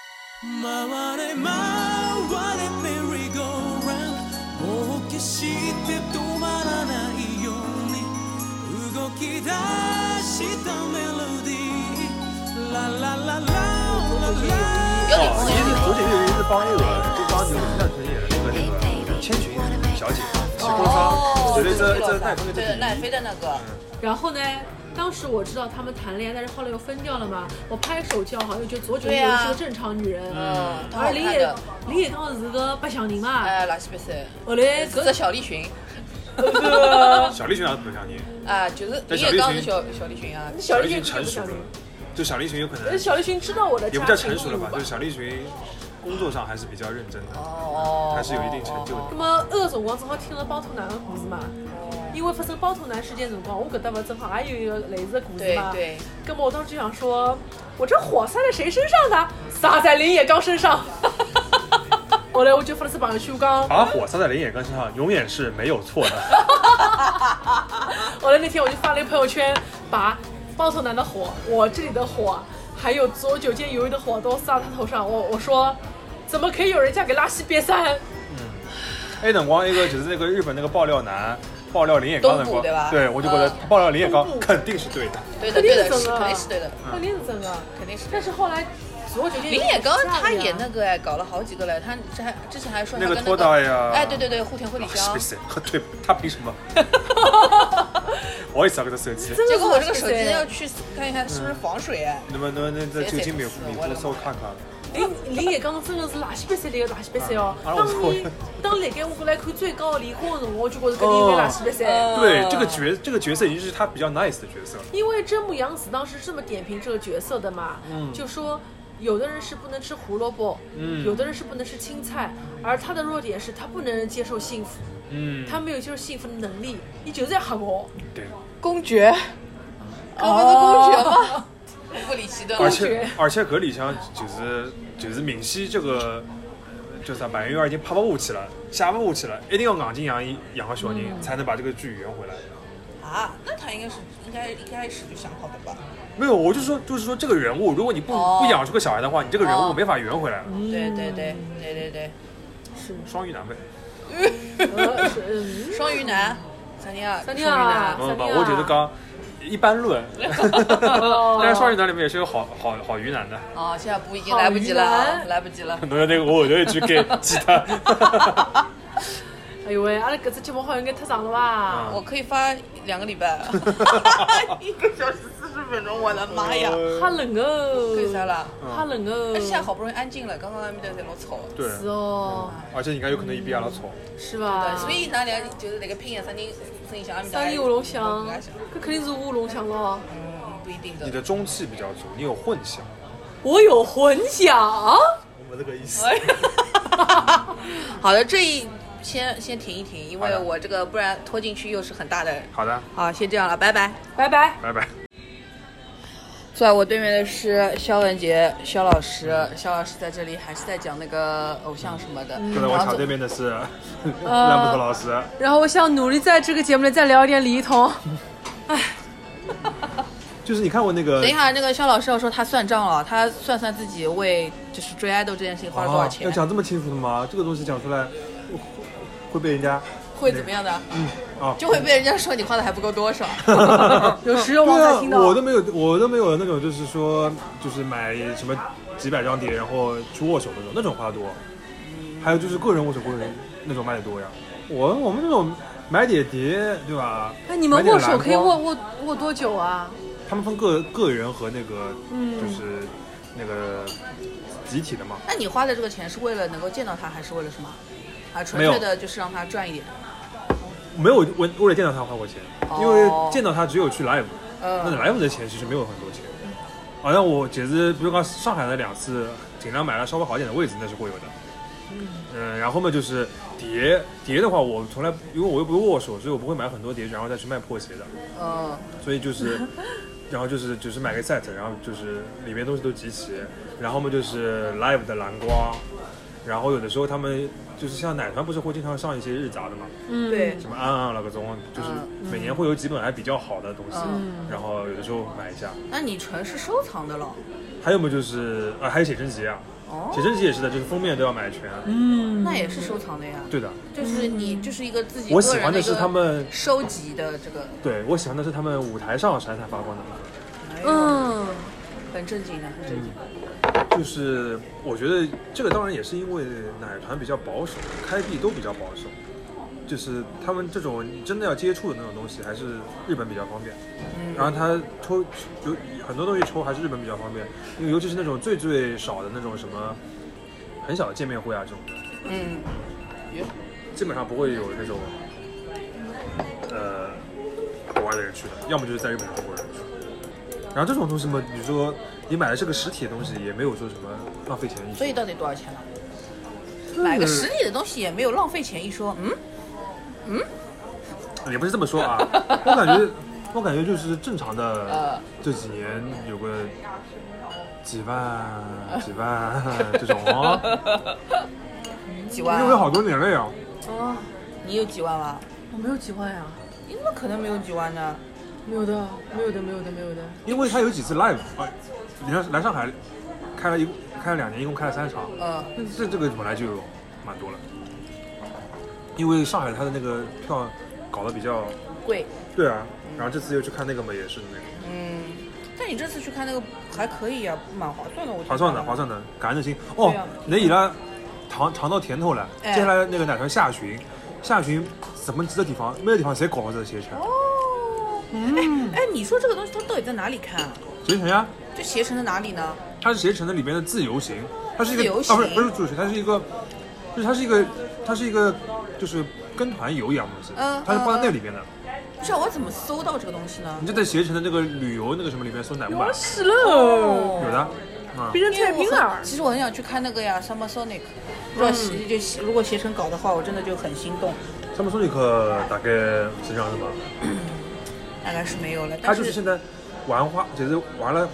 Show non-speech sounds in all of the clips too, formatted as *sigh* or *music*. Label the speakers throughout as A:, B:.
A: 回れ回れメリーゴーランドもう決して止まらないように動き出したメロディーララララララ
B: 啊，一日九姐乐一日帮一轮，这帮就是陈小春演的那个那个千寻小姐，是郭
C: 哦
B: 桑，觉得
C: 对
B: 这这
C: 对对
B: 奈飞的
C: 对
B: 这
C: 奈飞的那个，
D: 然后呢，当时我知道他们谈恋爱，但是后来又分掉了嘛。我拍手叫好，又觉得左九
C: 对
D: 右
C: 啊
D: 是个正常女人，
C: 嗯，挺好
D: 而林
C: 看
D: 野
C: 的。
D: 林野刚是个白相人嘛。
C: 哎，垃圾比赛，
D: 后来
C: 是
D: 搿
C: 小栗旬
E: 小栗旬哪能不像你？
C: 啊，就是
E: 但
C: 你
E: 小
C: 也刚
E: 栗
C: 是
E: 旬
C: 小小栗旬啊，
D: 小
E: 栗
D: 栗
E: 旬
D: 旬
E: 成熟了，就小栗旬有可能
D: 呃小栗旬知道我的
E: 也
D: 家
E: 不叫
D: 庭
E: 成熟了
D: 路
E: 吧，就是小栗旬工作上还是比较认真的，
C: 哦，
E: 还是有一定成就
C: 哦。
E: 的
D: 那。么那个辰光正好听了包头男的故事嘛，因为发生包头男事件辰光，我搿搭勿正好也有一个类似的故事
C: 对
D: 嘛。
C: 对，
D: 那么我当时就想说，我这火撒在谁身上呢？撒在林野刚身上。 *laughs* 后来我就发了次朋友圈，我讲，
E: 把火撒在林野刚身上，永远是没有错的。
D: 后来那天我就发了一个朋友圈，把包头男的火，我这里的火，还有左九间鱿鱼的火都撒他头上。我我说，怎么可以有人嫁给拉西瘪三？
E: 哎，等光一个就是那个日本那个爆料男爆料林野刚
C: 东
E: 的
C: 部
E: 光，
C: 对吧
E: 对我就觉得
C: 嗯
E: 爆料林野刚
D: 东部
E: 肯定是对的。
C: 对的
D: 肯定
C: 对的，
D: 是真
C: 是
D: 的，
C: 肯定是对的，嗯
D: 肯定是真的。
C: 肯定是。
D: 但是后来左九间
C: 林野刚他
D: 也
C: 演那个哎，搞了好几个嘞，他之还之前还说他
E: 那个
C: 跟
E: 托大呀
C: 哎，对对对，户田惠里
E: 啊是
C: 香
E: 不。是？他 *laughs* 对，他凭什么？我也是要给他手机。
C: 结果我这个手机要去看一下是不是防水哎。
E: 那么，那么，那在
C: 谁
E: 就近
C: 谁
E: 美
C: 不是
E: 美
C: 我
E: 国
C: 的
E: 搜看看，
D: *laughs* 林林野刚真的是垃圾瘪三里个垃圾瘪三哦。
E: 啊啊
D: 当
E: 我
D: 年当辣盖我过来看最高的离婚的辰光，我就觉得搿人垃圾瘪三。
C: 嗯
E: 对这个角这个角色已经是他比较 nice 的角色了。
D: 因为真木阳子当时是这么点评这个角色的嘛，就说有的人是不能吃胡萝卜，
E: 嗯
D: 有的人是不能吃青菜，而他的弱点是他不能接受幸福，
E: 嗯，
D: 他没有接受幸福的能力。你就是在喊 *laughs* 我，
E: 对，
C: 公爵，我们的公爵
E: 哦
C: 吗？布里奇顿，
E: 而
D: 公
E: 且
D: 爵
E: 而且搿里向就是就是明显这个叫啥满月儿已经拍不下去了，写不下去了，一定要硬劲养一养个小人才能把这个剧圆回来。
C: 啊，那他应该是应该应该是就想好的吧？
E: 没有，我就说就是说这个人物，如果你不
C: 哦
E: 不养出个小孩的话，你这个人物
C: 哦
E: 没法圆回来了。
C: 对对对对对对，
E: 双鱼男呗，
D: 呃是嗯
C: 双鱼男，三天啊，
D: 三
C: 双鱼
D: 天啊
C: 男，
E: 没有
D: 三
E: 没
D: 弟
E: 嗯有，我觉得刚一般论。但是双鱼男里面也是有好好好鱼男的，
C: 哦，现在不已经来不及了
D: 好鱼
C: 啊，
D: 男
C: 来不及了。
E: 侬要那个我后头一句给记他。
C: *laughs*
D: 哎呦喂，阿拉搿只节目好像有点太长了吧？
C: 我可以发两个礼拜，一个小时四十分钟，我的妈呀！
D: 哈冷哦，
C: 可以删了，
D: 哈冷哦，
C: 而且现在好不容易安静了，刚刚那边在老吵。
E: 对，
D: 是哦，
E: 而且人家有可能一边阿拉吵。
D: 是吧？
C: 对，所以那里就是那个拼音声音声音响，
D: 三一乌龙香
C: 不，
D: 搿肯定是乌龙香咯。
C: 不一定
E: 你
C: 的。 *laughs*
E: 的中气比较足，你有混响。
D: 我有混响，
E: 我这个意思。
C: 好的，这一先先停一停，因
E: 好
C: 为
E: 的
C: 我这个不然拖进去又是很大的。
E: 好的，
C: 好，先这样了，拜拜。
D: 拜拜。
E: 拜拜。
C: 坐在我对面的是肖文杰，肖老师，肖老师在这里还是在讲那个偶像什么的。
E: 坐在我
C: 然后
E: 桥
C: 坐
E: 对面的是
C: 呃
E: 兰博特老师。
D: 然后我想努力在这个节目里再聊一点李一桐。
E: 就是你看过那个啊
C: 等一下，那个肖老师要说他算账了，他算算自己为就是追爱豆这件事情花了多少
E: 啊？
C: 钱
E: 要，讲这么清楚的吗？这个东西讲出来会会被人家
C: 会怎么样的？
E: 嗯啊。
C: 就会被人家说你花的还不够多
E: *laughs*
C: 少。
D: 有时
E: 对
D: 候王才
E: 啊
D: 听，到，
E: 我都没有，我都没有那种，就是说，就是买什么几百张碟，然后去握手那种，那种花得多。还有就是个人握手，个人那种卖的多呀。我我们这种买点碟，对吧？
D: 哎，你们握手可
E: 买点
D: 以
E: 蓝光
D: 握握握多久啊？
E: 他们分个个人和那个，
D: 嗯
E: 就是那个集体的嘛。
C: 那你花的这个钱是为了能够见到他，还是为了什么？啊，纯
E: 没有
C: 粹的就是让他赚一点。
E: 没有为为了见到他花过钱，
C: 哦
E: 因为见到他只有去 live，那
C: 嗯，
E: live 的钱其实没有很多钱。好像我其实，比如讲上海的两次，尽量买了稍微好一点的位置，那是会有的。嗯，然后嘛就是碟碟的话，我从来因为我又不握手，所以我不会买很多碟，然后再去卖破鞋的。
C: 嗯，
E: 所以就是，然后就是就是买个 set，然后就是里面东西都集齐，然后嘛就是 live 的蓝光，然后有的时候他们就是像奶团不是会经常上一些日杂的嘛，
D: 嗯，
C: 对，
E: 什么安安了个钟，就是
C: 嗯
E: 每年会有几本还比较好的东西，然后有的时候买一下，
C: 那你纯是收藏的了。哦
E: 还有么就是啊还有写真集啊，写真集也是的，就是封面都要买全。嗯，
C: 那也是收藏的呀。
E: 对的，
C: 就是你就是一个自己
E: 我
C: 个
E: 喜
C: 人
E: 欢的
C: 一
E: 是
C: 个
E: 他们，
C: 收集的这个，
E: 对我喜欢的是他们舞台上闪闪发光的。
C: 嗯，很正经的，很正经。
E: 就是我觉得这个当然也是因为奶团比较保守，开辟都比较保守，就是他们这种你真的要接触的那种东西，还是日本比较方便。然后他抽有很多东西抽还是日本比较方便，因为尤其是那种最最少的那种什么很小的见面会啊这种的，
C: 嗯，
E: 基本上不会有那种呃国外的人去的，要么就是在日本中国人去。然后这种东西嘛，你说你买的是个实体的东西，也没有说什么浪费钱一说。
C: 所以到底多少钱呢？买个实体的东西也没有浪费钱一说，嗯，
E: 也不是这么说啊，我感觉我感觉就是正常的
C: 呃，
E: 这几年有个几万几万这种哦，
C: 几
E: 因
C: 万啊
E: 为有好多年了呀。
D: 啊，
C: 你有几万了？
D: 我没有几万呀、
C: 你怎么可能没有几万呢？
D: 没有的，没有的，没有的，没有的。
E: 因为他有几次 live，哎来来上海开了一开了两年，一共开了三场，
C: 嗯，
E: 那这这个本来就有蛮多了。因为上海他的那个票搞得比较
C: 贵。
E: 对啊，然后这次又去看那个嘛，也是那个
C: 嗯，但你这次去看那个还可以啊，蛮划算的，我觉得。
E: 划算的，划算的，感恩的心哦
C: 对啊，
E: 能以拉尝尝到甜头了。
C: 哎
E: 接下来那个奶团下旬，下旬什么值的地方，没有地方谁搞这些全，
C: 哦，哎哎，你说这个东西它到底在哪里看啊？
E: 谁全呀？
C: 就携程的哪里呢？
E: 它是携程的里面的自由行，它是一个
C: 自由
E: 啊
C: 行
E: 不是不是自由行，它是一个，就是它是一个它是一个就是跟团游一样的东西，
C: 嗯
E: 它是放在那里面的，
C: 不是啊我怎么搜到这个东西呢
E: 你？就在携程的那个旅游那个什么里面搜奶
C: 啊
E: 不吧，
D: 是喽，
E: 有的，啊、
D: 别人
C: 因为
D: 太
C: 我
D: 平
C: 很
D: 了。
C: 其实我很想去看那个呀，Summer Sonic。不知道携就携如果携程搞的话，我真的就很心动。
E: 他们说那个大概是这样的吧，
C: 大概是没有了，
E: 他
C: 但
E: 就是
C: 是
E: 现在玩花，就是玩了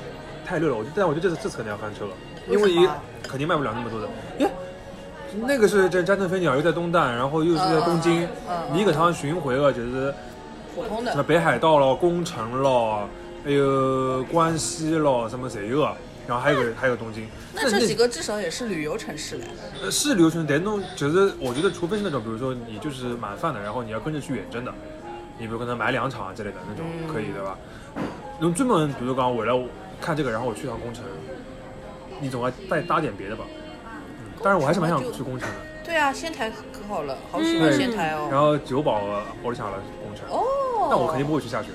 E: 太溜了，我就但我觉得这次这次肯定要翻车了，因
C: 为
E: 为
C: 什么啊
E: 一肯定卖不了那么多的，因为那个是这加藤飞鸟又在东蛋，然后又是在东京
C: 嗯嗯，嗯
E: 你给他们巡回了，就是
C: 普通
E: 什么
C: 的。
E: 北海道咯、宫城咯，还有关西咯，什么谁个，然后还有个还有东京，
C: 嗯那这几个至少也是旅游城市了。
E: 呃是流程，得弄，就是我觉得，除非是那种，比如说你就是满饭的，然后你要跟着去远征的，你比如跟他买两场啊之类的那种，
C: 嗯
E: 可以对吧？那么专门比如讲为了看这个，然后我去趟工程，你总要再搭点别的吧。嗯，但是我还是蛮想去工程的。
C: 对啊，仙台可好了，好喜欢
E: 对
C: 仙台哦。
E: 然后九保我就想了工程，
C: 哦，
E: 但我肯定不会去下雪。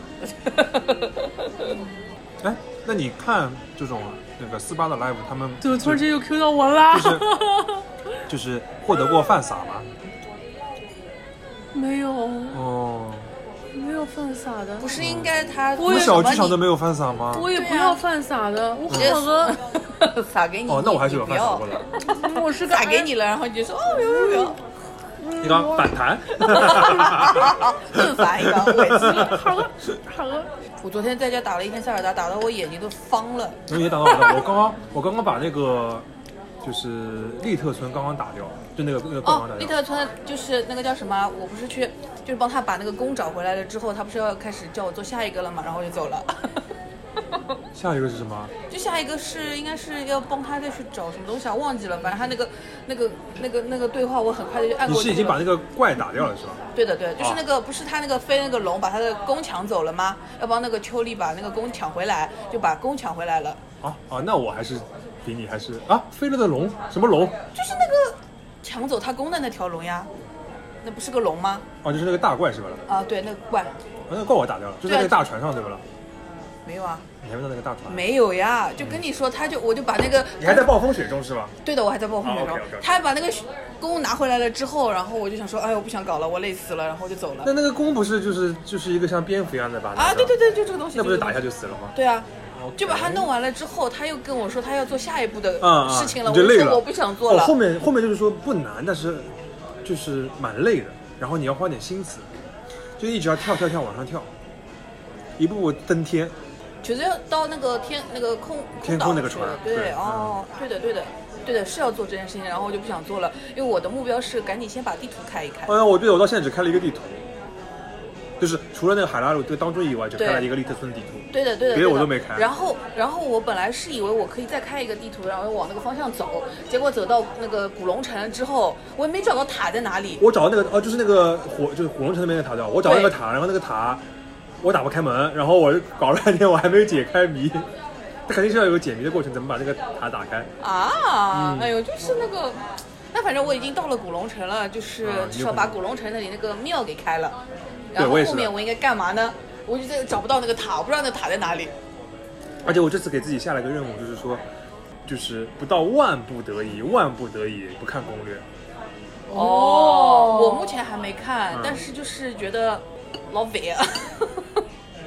E: *laughs* 哎，那你看这种那个四八的 live，他们
D: 怎么突然间又 Q 到我啦？ *laughs*
E: 就是 *laughs* 就是获得过犯傻吗？
D: 没有，
E: 哦。
D: 没有犯傻的
C: 不，是应该他
D: 我
E: 那
D: 也
E: 小剧场都
C: 的
E: 没有翻嗓吗？
D: 我也不
C: 对啊
D: 要犯傻的，我
C: 你
D: 好 *laughs* 好的，
C: *laughs* 撒给你
E: 哦，那我还
C: 你
E: 是有
C: 你不
E: 翻嗓
C: 要
E: 过的。
D: 我是个
C: 撒给你了，然后你就说哦，没有没有没有， *laughs*
E: 你刚反 *laughs* 弹，
C: 顿反一个我
D: 好了，好了，好了，
C: 我昨天在家打了一天塞尔达，打到我眼睛都方了。
E: 能也打到我的。我刚刚我刚刚把那个就是利特村刚刚打掉，就那个那个刚
C: 哦
E: 刚打，
C: 利
E: 掉。
C: 特村就是那个叫什么？我不是去，就是帮他把那个弓找回来了之后，他不是要开始叫我做下一个了嘛，然后我就走了。
E: 下一个是什么？
C: 就下一个是应该是要帮他再去找什么东西啊，忘记了。反正他那个那个那个那个对话，我很快就按
E: 你
C: 过去了。
E: 是已经把那个怪打掉了是吧？
C: 对的，对的，就是
E: 啊
C: 那个、不是他那个飞那个龙把他的弓抢走了吗？要帮那个秋丽把那个弓抢回来，就把弓抢回来了。
E: 啊啊，那我还是比你还是啊，飞了的龙什么龙？
C: 就是那个抢走他弓的那条龙呀，那不是个龙吗？
E: 哦，就是那个大怪是吧？啊
C: 啊，对，那个怪
E: 那个怪我打掉了，就在那个大船上对不啦？
C: 没有啊，
E: 你还没到那个大船？
C: 没有呀，就跟你说，他就我就把那个
E: 你还在暴风雪中是吧？
C: 对的，我还在暴风雪
E: 啊
C: 中
E: ，OK，OK，OK，
C: 他还把那个弓拿回来了之后，然后我就想说，哎呦，我不想搞了，我累死了，然后我就走了
E: 那。那个弓不是就是就是一个像蝙蝠一样的把
C: 啊，对对对，就这个东西，
E: 那不是
C: 这个东
E: 打一
C: 西
E: 下就死了吗？
C: 对啊，
E: OK
C: 就把他弄完了之后，他又跟我说他要做下一步的
E: 嗯，
C: 事情了，
E: 嗯
C: 我
E: 你就
C: 就
E: 累
C: 说
E: 了，
C: 我不想做了
E: 哦、后。面后面就是说不难，但是就是蛮累的，然后你要花点心思，就一直要跳跳跳往上跳，一步步登天。
C: 就是要到那个天那个空
E: 天空那个船
C: 岛去的对
E: 对嗯
C: 哦，对的对的对的是要做这件事情，然后我就不想
E: 哦
C: 做了，因为我的目标是赶紧先把地图开一开
E: 哎。呀，我对我到现在只开了一个地图，就是除了那个海拉鲁这个当中以外，就开了一个利特村地图。
C: 对的，对的，
E: 别
C: 对
E: 的我
C: 的
E: 都没开
C: 然后，然后我本来是以为我可以再开一个地图，然后往那个方向走，结果走到那个古龙城之后，我也没找到塔在哪里。
E: 我找到那个呃，就是那个火，就是火龙城那边那个塔对吧？我找到那个
C: 对
E: 塔，然后那个塔我打不开门，然后我搞了半天，我还没有解开谜。它肯定是要有个解谜的过程，怎么把这个塔打开？
C: 啊，哎
E: 嗯
C: 呦，就是那个，那反正我已经到了古龙城了，就是
E: 啊
C: 至
E: 有
C: 少
E: 可能
C: 把古龙城那里那个庙给开了。然后
E: 我也是
C: 后面我应该干嘛呢？我就在找不到那个塔，我不知道那塔在哪里。
E: 而且我这次给自己下了一个任务，就是说，就是不到万不得已，万不得已不看攻略。
C: 哦，我目前还没看，
E: 嗯
C: 但是就是觉得老伟
E: *laughs*
C: 啊，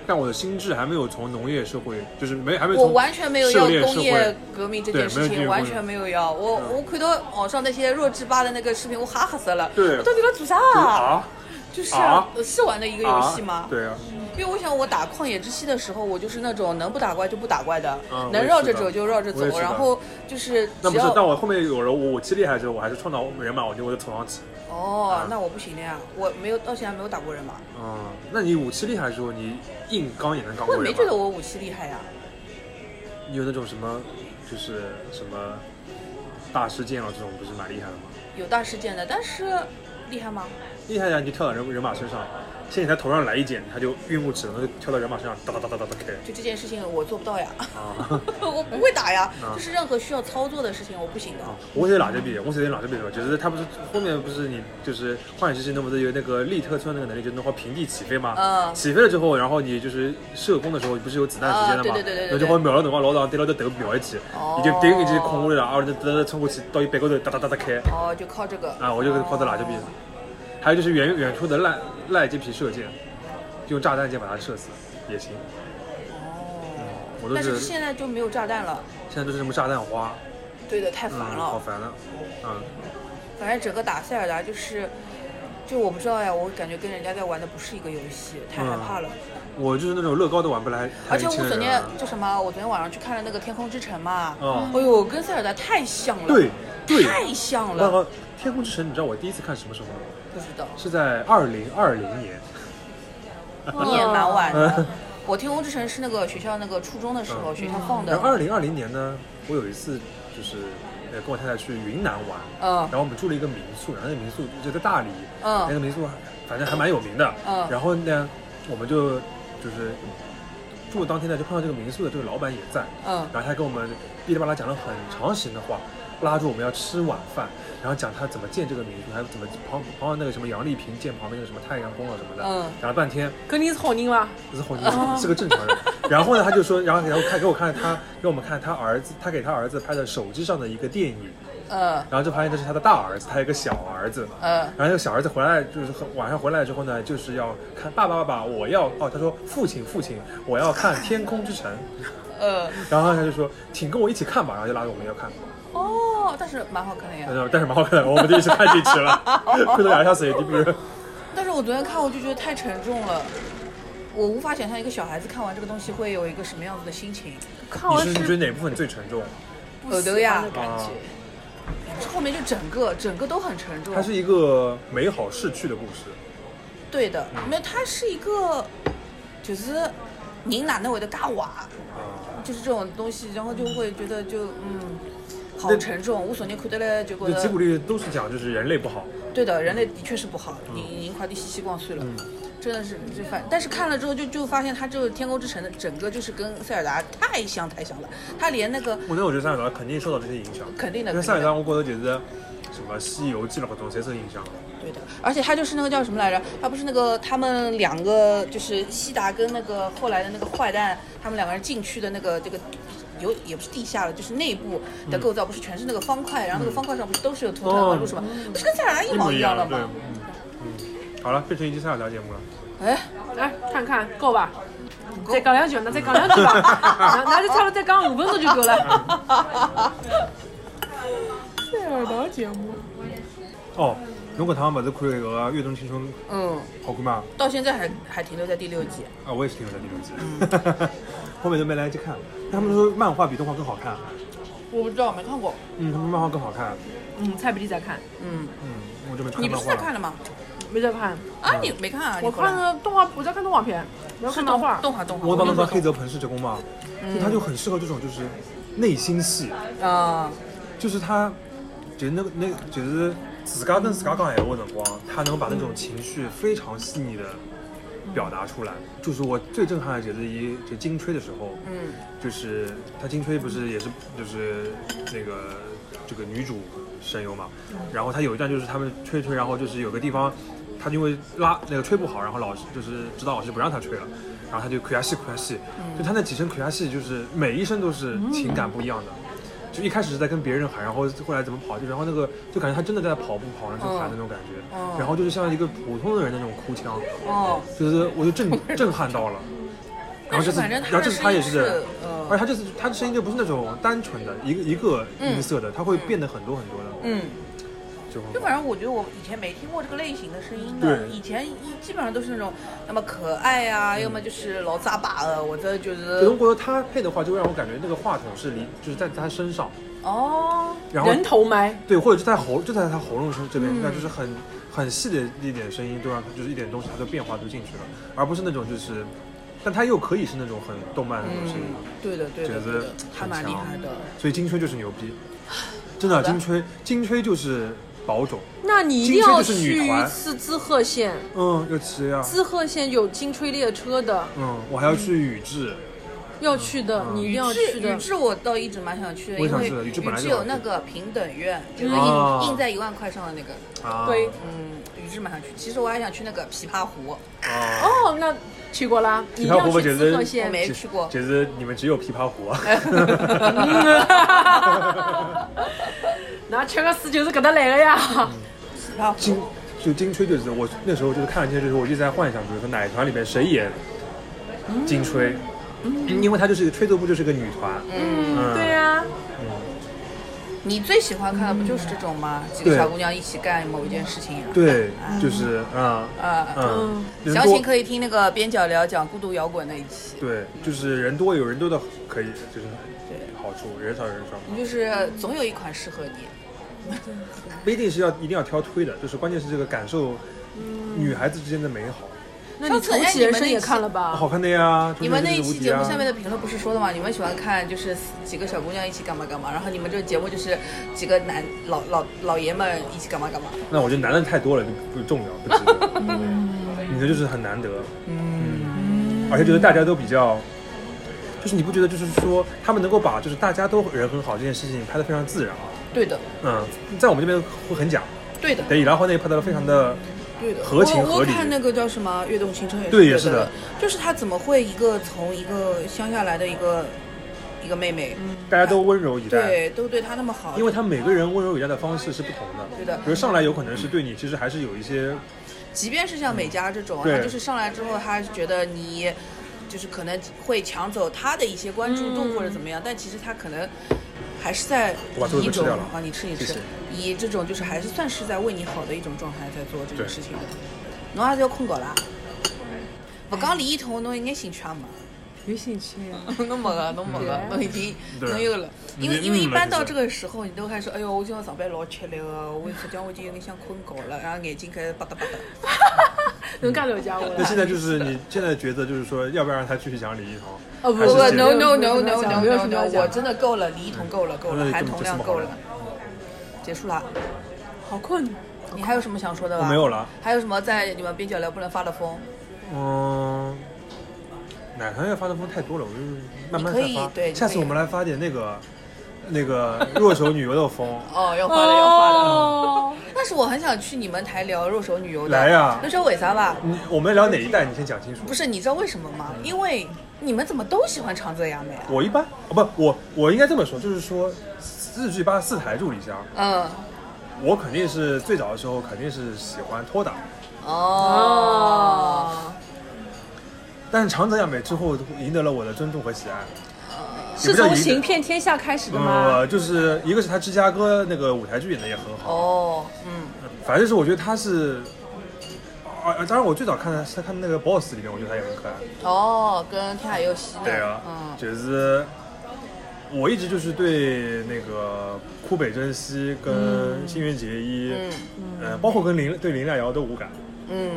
E: 但我的心智还没有从农业社会，就是没还没有
C: 我
E: 从
C: 完全没有
E: 狩
C: 要
E: 猎社
C: 工业
E: 会。
C: 革命这件
E: 对没有
C: 事
E: 进
C: 情，
E: 入
C: 完
E: 工业
C: 全没有要。我、
E: 嗯
C: 我看到网上那些弱智吧的那个视频，我哈哈死了。
E: 对
C: 我到底要做啥？
E: 就是啊
C: 就是
E: 啊
C: 呃是玩的一个游戏吗？
E: 啊？对啊，
C: 因为我想我打旷野之息的时候，我就是那种能不打怪就不打怪的，
E: 嗯我也
C: 能
E: 是
C: 绕着
E: 的
C: 走就绕着
E: 我也
C: 走，
E: 是的
C: 然后就是只
E: 那
C: 要
E: 不是，但我后面有人我我骑厉害之后，我还是创造人马，我就我就从上骑。
C: 哦，
E: 啊
C: 那我不行的呀，我没有到现在没有打过人马，
E: 嗯，那你武器厉害的时候，你硬刚也能刚
C: 我也
E: 过人
C: 没
E: 吗
C: 觉得我武器厉害呀。
E: 你有那种什么，就是什么大师剑啊这种，不是蛮厉害的吗？
C: 有大事件的，但是厉害吗？
E: 厉害呀，你就跳到人人马身上，先给他头上来一剑，他就运木齿轮就跳到人马身上，哒哒哒哒哒哒开。
C: 就这件事情我做不到呀， *laughs*
E: *laughs* 啊
C: 我不会打呀，
E: 啊
C: 就是任何需要操作的事情我不行的。
E: 啊！我现在哪这边？我现在哪这边了？就是他不是后面不是你就是幻影之心，那不是有那个利特村那个能力，就能够平地起飞吗？
C: 嗯
E: 起飞了之后，然后你就是射攻的时候，不是有子弹时间
C: 啊
E: 的吗？
C: 对对对对对
E: 然后就好秒了辰光，老早对牢在头瞄一记，
C: 哦
E: 你就顶一记空下来了，然后就哒哒冲过去，到一百高头哒哒哒哒开。
C: 哦，就靠这个哦
E: 啊，我就靠在哪这边。还有就是远远处的赖赖这皮射箭，用炸弹箭把它射死也行。
C: 哦，
E: 我都
C: 但
E: 是
C: 是现在就没有炸弹了，
E: 现在都是什么炸弹花，
C: 对的，太烦
E: 嗯，
C: 了。
E: 好烦啊，嗯，
C: 反正整个打塞尔达就是，就我不知道呀，我感觉跟人家在玩的不是一个游戏，太
E: 嗯
C: 害怕了。
E: 我就是那种乐高都玩不来，
C: 而且我
E: 还有
C: 昨
E: 一群人
C: 天
E: 啊
C: 就什么，我昨天晚上去看了那个《天空之城》嘛，
E: 嗯
C: 哎呦，跟塞尔达太像了，
E: 对对，
C: 太像
E: 我
C: 了，
E: 靠，天空之城，你知道我第一次看什么时候吗？
C: 不知道，
E: 是在二零二零年，嗯
D: 啊
C: 你也蛮晚的。我《天空之城》是那个学校那个初中的时候、学校放的
E: 然，后二零二零年呢，我有一次就是呃跟我太太去云南玩，
C: 嗯
E: 然后我们住了一个民宿，然后那个民宿就在大理，
C: 嗯
E: 那个民宿反正还蛮有名的，
C: 嗯
E: 然后呢，我们就就是住当天呢就碰到这个民宿的这个老板也在，
C: 嗯
E: 然后他跟我们哔哩吧啦讲了很长时间的话，拉住我们要吃晚饭，然后讲他怎么建这个民宿，还有怎么旁旁边那个什么杨丽萍建旁边那个什么太阳宫啊什么的，
C: 嗯哦
E: 讲了半天，
D: 搿人是好人伐？
E: 是红娘，是个正常人。 *laughs* 然后呢，他就说，然后然后看给我看他给我们看他儿子，他给他儿子拍的手机上的一个电影，
C: 呃
E: 然后就发现这是他的大儿子，他有一个小儿子。
C: 呃，
E: 然后那个小儿子回来，就是很晚上回来之后呢，就是要看爸爸爸爸，我要哦，他说父亲父亲，我要看《天空
C: *laughs*
E: 之城》，
C: 呃，
E: 然后他就说请跟我一起看吧，然后就拉着我们要看，
C: 哦，但是蛮好看的呀
E: 但。是但是蛮好看的，我们就一起看进
C: *laughs*
E: 去了，哭得两下水滴不是？
C: 但是我昨天看，我就觉得太沉重了，我无法想象一个小孩子看完这个东西会有一个什么样子的心情。
D: 看
E: 你
D: 完
E: 是你觉
D: 是哦
E: 得哪部分最沉重？啊
D: 不
C: 有
D: 喜
C: 的
D: 欢
C: 呀
D: 的感觉。
C: 后面就整个整个都很沉重
E: 它。是一个美好逝去的故事。
C: 对的，
E: 嗯
C: 没有，它是一个，就是您哪能会的嘎瓦，
E: 啊
C: 就是这种东西，然后就会觉得就嗯，好
E: 对
C: 沉重。无所念看得来就觉
E: 那吉卜
C: 得，
E: 力都是讲就是人类不好，
C: 对的，人类的确是不好，
E: 嗯
C: 您您快递洗洗逛碎了。真的是，就反，但是看了之后就就发现它这个《天空之城》的整个就是跟塞尔达太像太像了，它连那个
E: 我那我觉得塞尔达肯定受到这些影响，
C: 肯定的
E: 因为塞尔
C: 肯
E: 达我觉得就是什么《西游记》了搿种侪受影响了。
C: 对的，而且他就是那个叫什么来着？他不是那个他们两个就是西达跟那个后来的那个坏蛋，他们两个人进去的那个这个。有也不是地下了，就是内部的构造，不是全是那个方块，然后那个方块上不是都是有图腾
E: 哦
C: 和路什么，不是跟塞尔达一
E: 一
C: 模
E: 模
C: 一
E: 一
C: 样
E: 样
C: 了
E: 对，
C: 吗？
E: 嗯嗯，好了，变成一期塞尔达节目了。
C: 哎，
D: 来看看够伐？再讲两句，那再讲两句吧，那那就差不多再讲五分钟就够了。塞尔达节目，
E: 哦，侬搿趟勿是看搿个《月中青春》
C: 嗯，
E: 好看吗？
C: 到现在还还停留在第六季，
E: 啊，我也是听了第六集， *laughs* 后面就没来得及看。他们说漫画比动画更好看，嗯
C: 我不知道没看过，
E: 嗯，他们漫画更好看，
D: 嗯，蔡比利在看，
C: 嗯，
E: 嗯，我就没看
C: 你
E: 漫
C: 不是
E: 画
C: 在看
E: 了。
C: 了吗？
D: 没在看，
C: 啊，你没看啊？
D: 我
C: 你后来
D: 看了动画，我在看动画片，没有
C: 是
D: 看漫画。
C: 动画动画。
E: 我把那
C: 那
E: 看黑泽朋士之宫嘛，就他就很适合这种就是内心戏，
C: 啊，
E: 就是他就是那个那就是自家跟自家讲闲话的辰光，他能把那种情绪非常细腻的表达出来。就是我最震撼的就是一就金吹的时候，
C: 嗯
E: 就是他金吹不是也是就是那个这个女主声优嘛，然后他有一段就是他们吹吹，然后就是有个地方他因为拉那个吹不好，然后老师就是指导老师不让他吹了。然后他就苦下戏苦下戏，就他那几声苦下戏，就是每一声都是情感不一样的。就一开始是在跟别人喊，然后后来怎么跑，就然后那个就感觉他真的在跑步跑完了就喊那种感觉，
C: 嗯
E: 然后就是像一个普通的人的那种哭腔，
C: 哦，
E: 就是我就震震撼到了。然后这次，
C: 但是反正
E: 然
C: 他
E: 后这次他也是这样
C: 是呃
E: 而且他这次他的声音就不是那种单纯的一个一个音色的，他会变得很多很多的，
C: 嗯，
E: 就很
C: 就
E: 好
C: 反正我觉得我以前没听过这个类型的声音的，
E: 对嗯
C: 以前一基本上都是那种要么可爱啊，要么就是老扎巴的，我真的觉
E: 就
C: 得
E: 如果他配的话，就会让我感觉那个话筒是离就是在他身上，
C: 哦，
E: 然后
D: 人头麦，
E: 对，或者就在喉就在他喉咙声这
C: 嗯
E: 边，那就是很很细的一点声音，都让他就是一点东西，它就变化就进去了，而不是那种就是，但他又可以是那种很动漫的那种声音，
C: 嗯，对的对
E: 觉
C: 的对
E: 得
C: 的，还蛮厉害的。
E: 所以金吹就是牛逼，真的
C: 好的
E: 金吹金吹就是宝冢，
F: 那你一定
E: 金吹
F: 要
E: 就是女
F: 去一
E: 团
F: 次滋贺县，
E: 嗯，要骑呀、
F: 滋贺县有金吹列车的，
E: 嗯，我还要去宇治，
F: 要去的，你一定要
C: 是
F: 去的
C: 宇。治我倒一直蛮想去的，
E: 我也
C: 因
E: 想
C: 为
E: 去的宇
C: 宇
E: 治本来就
C: 治
E: 想
C: 有
E: 去
C: 那个平等院，就是
E: 啊
C: 印印在一万块上的那个，
E: 啊，
F: 对
C: 嗯，宇治蛮想去。其实我还想去那个琵琶湖，
E: 啊，
F: 哦，那去过啦，你一定
E: 琶湖
F: 要
E: 我
F: 去
E: 觉
F: 滋
E: 得
F: 贺
C: 我
F: 县。
C: 没去过。哎
E: 就是你们只有琵琶湖啊，
D: *laughs* 那吃个屎就是搿搭来的呀。
C: 琵琶湖
E: 金就金吹就是我那时候就是看了这些，就是我一直在幻想，比如说奶团里面谁演金吹，
C: 嗯
E: 因为他就是吹奏部就是个女团，嗯，
D: 对呀、
C: 你最喜欢看的不就是这种吗？几个
E: 对
C: 小姑娘一起干某一件事情，然后
E: 对，
C: 嗯
E: 就是啊
C: 啊
E: 嗯，人
C: 详
E: 多
C: 情可以听那个边角聊讲孤独摇滚那一期。
E: 对，就是人多有人多的可以，就是好处，人少有人少，
C: 就是总有一款适合你，
E: 不一定是要一定要挑推的，就是关键是这个感受
C: 嗯
E: 女孩子之间的美好，
F: 那
C: 上
F: 你
C: 次
F: 重
C: 哎
F: 启
C: 你
F: 人
C: 们
F: 生
C: 那
F: 也
C: 期
F: 看了吧？
E: 好看的呀。
C: 你们
E: 中
C: 那
E: 间
C: 一
E: 就是无
C: 期
E: 敌
C: 节目
E: 啊
C: 下面的评论不是说的吗？你们喜欢看就是几个小姑娘一起干嘛干嘛，然后你们这个节目就是几个男老老老爷们一起干嘛干嘛。
E: 那我觉得男的太多了，就不重要，不值
C: *laughs*
E: 得。
C: 嗯
E: 女的就是很难得，嗯，而且就是大家都比较，就是你不觉得就是说他们能够把就是大家都人很好这件事情拍得非常自然啊，
C: 对的，
E: 嗯，在我们这边会很假，
C: 对的，
E: 但伊拉欢那里拍到了非常的，
C: 对的。
E: 合情
C: 我
E: 合
C: 我
E: 理
C: 看那个叫什么《跃动青春》也是
E: 对也
C: 是
E: 是的，
C: 就是他怎么会一个从一个乡下来的一个一个妹妹，
E: 大家都温柔以待。
C: 对，都对她那么好，
E: 嗯因为他每个人温柔以待的方式是不同的，
C: 对的
E: 比如上来有可能是对你，其实还是有一些
C: 即便是像美嘉这种，
E: 对
C: 她就是上来之后，她觉得你就是可能会抢走她的一些关注度或者怎么样，但其实她可能还是在
E: 嗯我把桌
C: 以一
E: 子给吃
C: 种
E: 掉了
C: 啊，你吃你吃，
E: 谢谢
C: 以这种就是还是算是在为你好的一种状态在做这个
E: 对嗯
C: 事情的。侬也是要困觉啦，不讲李一桐，侬一眼兴趣 *laughs* 也没。
F: 有兴趣。
C: 侬没个，侬没个，侬已经
E: 对
C: 侬有了。因为
E: 嗯
C: 因为一般
E: 嗯
C: 到这个时候，你都开始，哎呦，我今朝上班老吃力个，我实际上我已经有点想困觉了，然后眼睛开始巴嗒巴嗒。
D: 能干了家务
E: 那
D: 了。
F: 嗯
E: 现在就
C: *laughs*
E: 是你现在觉得就是说，要不要让他继续讲李一桐？
D: 哦不
E: 还
C: 不
E: 是
C: 不
E: 觉
C: ，no
E: 得
C: no no
D: 没有
C: no
D: 什么
C: no
D: 没有什
C: no
D: 么要
C: no，
D: 讲
C: 我真的够了，李一桐够了够
E: 那
C: 了，
E: 就
C: 含
E: 这哎么
C: 铜
E: 这么
C: 量
E: 好
C: 够
E: 了
C: 了，结束了。
D: 好困，
C: 你还有什么想说的
E: 我
C: 吧？
E: 没有了。
C: 还有什么在你们边角聊不能发的疯？
E: 嗯，奶糖要发的风太多了，我就慢
C: 你
E: 慢
C: 可
E: 再
C: 以
E: 发。
C: 对你
E: 下次
C: 可以
E: 我们来发点那个那个弱手女游的风。
C: 哦，要发了要发了。
F: 哦，
C: 但是我很想去你们台聊弱手女游的。
E: 来呀
C: 那知道为啥吧？
E: 你嗯我们聊哪一代？你先讲清楚
C: 不。是，你知道为什么吗？因为你们怎么都喜欢长泽雅美啊？
E: 我一般哦不，我我应该这么说，就是说日剧吧四台助理箱，
C: 嗯，
E: 我肯定是最早的时候肯定是喜欢托打，
C: 哦，
E: 但是长泽雅美之后赢得了我的尊重和喜爱。也
F: 是
E: 不叫
F: 从《
E: 赢
F: 行
E: 得。
F: 骗天下》开始的吗？
E: 呃，就是一个是他芝加哥那个舞台剧演的也很好，
C: 哦，嗯，
E: 反正就是我觉得他是，啊，啊当然我最早看的是他看那个 Boss 里面，我觉得他也很可爱。
C: 哦，跟天海佑希呢？
E: 对啊，
C: 嗯，
E: 就是我一直就是对那个库北真希跟新垣结衣，
C: 嗯
E: 呃，包括跟林对林濑遥都无感。
C: 嗯，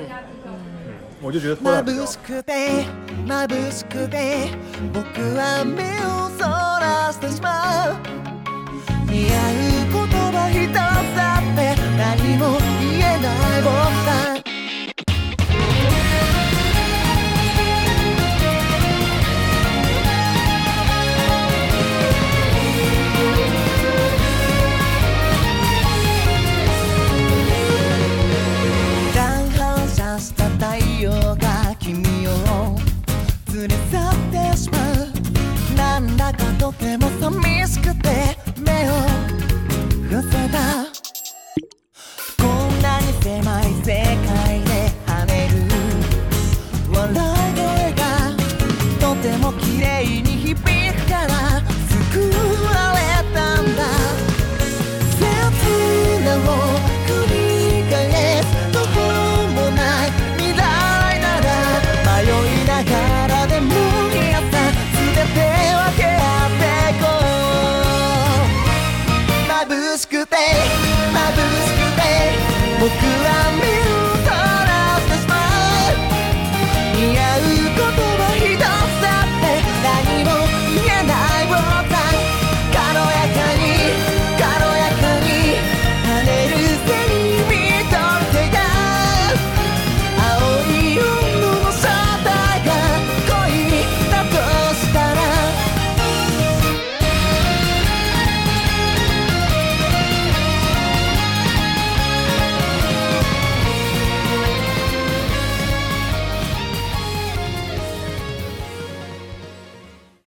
E: 我就觉得拖拉比较
A: 眩しくて眩しくて僕は目をそらしてしまう